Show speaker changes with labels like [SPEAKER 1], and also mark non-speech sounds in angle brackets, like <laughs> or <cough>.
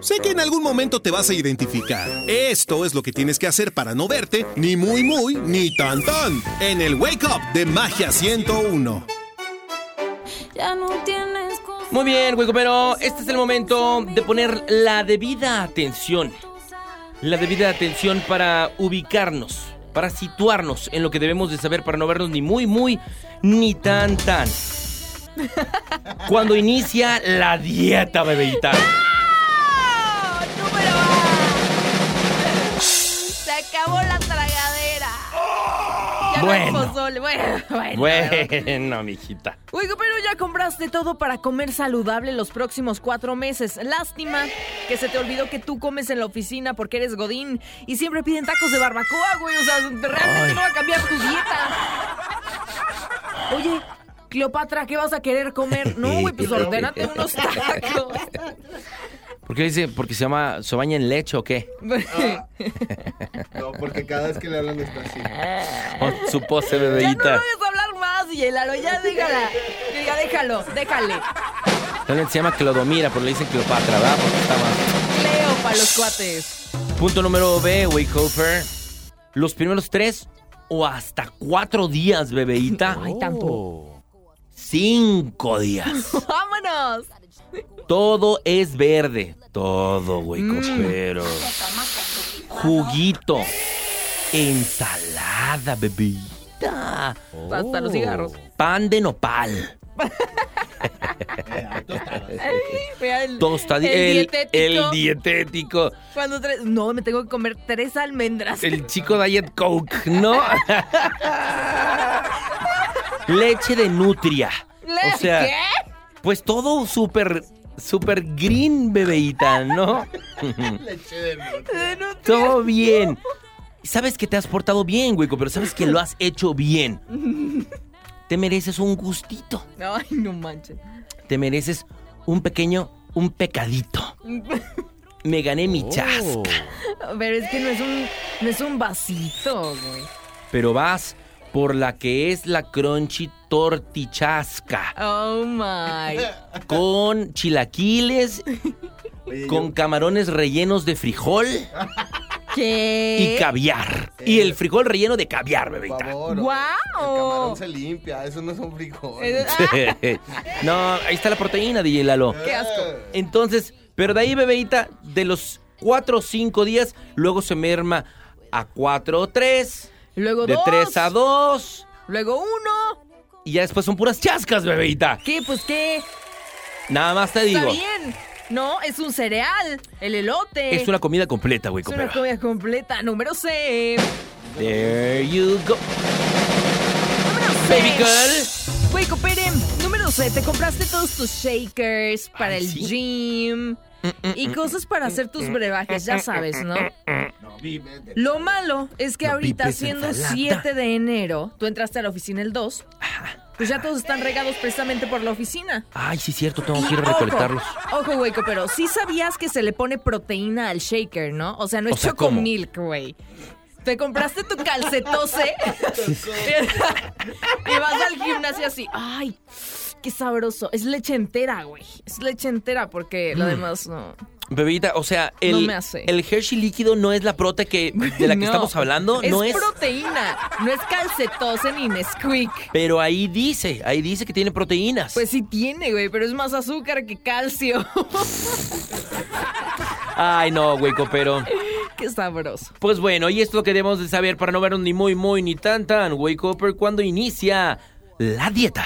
[SPEAKER 1] Sé que en algún momento te vas a identificar. Esto es lo que tienes que hacer para no verte ni muy muy ni tan tan en el Wake Up de Magia 101.
[SPEAKER 2] Ya no tienes cosas.
[SPEAKER 3] Muy bien, pero este es el momento de poner la debida atención. La debida atención para ubicarnos, para situarnos en lo que debemos de saber para no vernos ni muy muy ni tan tan. Cuando inicia la dieta, bebeita.
[SPEAKER 2] ¡Oh! ¡Número A! Se acabó la tragadera. Ya no hay
[SPEAKER 3] Bueno.
[SPEAKER 2] pozole. Bueno, bueno.
[SPEAKER 3] Bueno, mijita.
[SPEAKER 4] Oiga, pero ya compraste todo para comer saludable los próximos cuatro meses. Lástima que se te olvidó que tú comes en la oficina porque eres godín y siempre piden tacos de barbacoa, güey. O sea, realmente
[SPEAKER 3] Ay.
[SPEAKER 4] no va a cambiar tu dieta. Oye, Cleopatra, ¿qué vas a querer
[SPEAKER 3] <laughs>
[SPEAKER 4] comer? No, güey, pues ordénate unos tacos.
[SPEAKER 3] ¿Por qué dice? ¿Porque se llama se baña en leche o qué? Ah.
[SPEAKER 5] No, porque cada vez que le hablan está así.
[SPEAKER 3] Con su pose,
[SPEAKER 4] Ya no lo
[SPEAKER 3] bebeita.
[SPEAKER 4] vayas a hablar más, y Lalo, ya déjala. Ya déjalo, déjale.
[SPEAKER 3] También se llama Clodomira, pero le dicen Cleopatra, ¿verdad? Porque está más.
[SPEAKER 4] Cleo para los cuates.
[SPEAKER 3] Punto número B, Wakehofer. Los primeros tres o hasta cuatro días, bebeíta.
[SPEAKER 4] <laughs> Ay, tanto.
[SPEAKER 3] Cinco
[SPEAKER 4] <laughs>
[SPEAKER 3] días.
[SPEAKER 4] ¡Vámonos!
[SPEAKER 3] Todo es verde. Todo, Wakehofer.
[SPEAKER 4] Mm.
[SPEAKER 3] Juguito. Ensalada, bebeíta.
[SPEAKER 4] Hasta los cigarros.
[SPEAKER 3] Pan de nopal.
[SPEAKER 4] Vea el-
[SPEAKER 3] Tostadito.
[SPEAKER 4] el dietético.
[SPEAKER 3] el dietético.
[SPEAKER 4] Cuando tres- No, me tengo que comer tres almendras.
[SPEAKER 3] El chico Diet Coke, ¿no? Leche de nutria.
[SPEAKER 4] Le-
[SPEAKER 3] O sea,
[SPEAKER 4] ¿Qué?
[SPEAKER 3] pues todo súper, súper green, bebeíta, ¿no?
[SPEAKER 4] De nut-
[SPEAKER 3] Todo bien. Sabes que te has portado bien, güey, pero sabes que lo has hecho bien. Te mereces un gustito.
[SPEAKER 4] Ay, no manches.
[SPEAKER 3] Te mereces un pequeño, un pecadito. Me gané mi chasca.
[SPEAKER 4] Pero es que no es un, no es un vasito, güey.
[SPEAKER 3] Pero vas por la que es la crunchy tortichasca.
[SPEAKER 4] Oh my.
[SPEAKER 3] Con chilaquiles,
[SPEAKER 5] Oye,
[SPEAKER 3] con
[SPEAKER 5] yo-
[SPEAKER 3] camarones rellenos de frijol y
[SPEAKER 4] ¿Qué?
[SPEAKER 3] caviar. Y el frijol relleno de caviar,
[SPEAKER 5] por
[SPEAKER 3] bebita.
[SPEAKER 5] favor.
[SPEAKER 4] ¡Guau!
[SPEAKER 5] El camarón se limpia, eso no son frijoles.
[SPEAKER 4] Es- ah,
[SPEAKER 3] <laughs> no, ahí está la proteína, DJ Lalo.
[SPEAKER 4] qué asco.
[SPEAKER 3] Entonces, pero de ahí, bebeita, de los 4 o 5 días, luego se merma a 4 o 3,
[SPEAKER 4] Luego
[SPEAKER 3] de
[SPEAKER 4] dos.
[SPEAKER 3] 3 a 2,
[SPEAKER 4] Luego uno.
[SPEAKER 3] y ya después son puras chascas, bebeita.
[SPEAKER 4] ¿Qué? Pues qué.
[SPEAKER 3] Nada más te digo,
[SPEAKER 4] Está bien. No, es un cereal. El elote.
[SPEAKER 3] es una comida completa, güey,
[SPEAKER 4] Es una
[SPEAKER 3] compera.
[SPEAKER 4] comida completa. Número C.
[SPEAKER 3] There you go.
[SPEAKER 4] Número C.
[SPEAKER 3] Baby girl.
[SPEAKER 4] Güey, coopere. Número C, te compraste todos tus shakers para
[SPEAKER 3] Ay,
[SPEAKER 4] el
[SPEAKER 3] sí.
[SPEAKER 4] gym y cosas para hacer tus brebajes, ya sabes, ¿no? Lo malo es que
[SPEAKER 3] No
[SPEAKER 4] ahorita,
[SPEAKER 3] pipes
[SPEAKER 4] siendo
[SPEAKER 3] ensalada.
[SPEAKER 4] 7 de enero, tú entraste a la oficina el 2, pues ya todos están regados precisamente por la oficina.
[SPEAKER 3] Ay, sí, cierto, tengo que
[SPEAKER 4] Y
[SPEAKER 3] ir a recolectarlos.
[SPEAKER 4] Ojo, ojo, güey, pero sí sabías que se le pone proteína al shaker, ¿no? O sea, no
[SPEAKER 3] O
[SPEAKER 4] es
[SPEAKER 3] sea,
[SPEAKER 4] choco
[SPEAKER 3] ¿cómo?
[SPEAKER 4] milk, güey. Te compraste
[SPEAKER 3] <laughs>
[SPEAKER 4] tu calcetose y vas al gimnasio así. Ay, qué sabroso. Es leche entera, güey. Es leche entera porque
[SPEAKER 3] Mm.
[SPEAKER 4] lo demás no.
[SPEAKER 3] Bebita, o sea, el,
[SPEAKER 4] No me hace.
[SPEAKER 3] el Hershey líquido no es la prote
[SPEAKER 4] <laughs>
[SPEAKER 3] que, de la que
[SPEAKER 4] No.
[SPEAKER 3] estamos hablando, no es.
[SPEAKER 4] proteína, no es calcetose ni Nesquik.
[SPEAKER 3] Pero ahí dice, ahí dice que tiene proteínas.
[SPEAKER 4] Pues sí tiene, güey, pero es más azúcar que calcio. <laughs>
[SPEAKER 3] Ay, no, güey,
[SPEAKER 4] <laughs>
[SPEAKER 3] pero.
[SPEAKER 4] qué sabroso.
[SPEAKER 3] Pues bueno, y esto es lo que debemos de saber para no vernos ni muy, muy, ni tan, tan. Wake Upper, cuando inicia la dieta.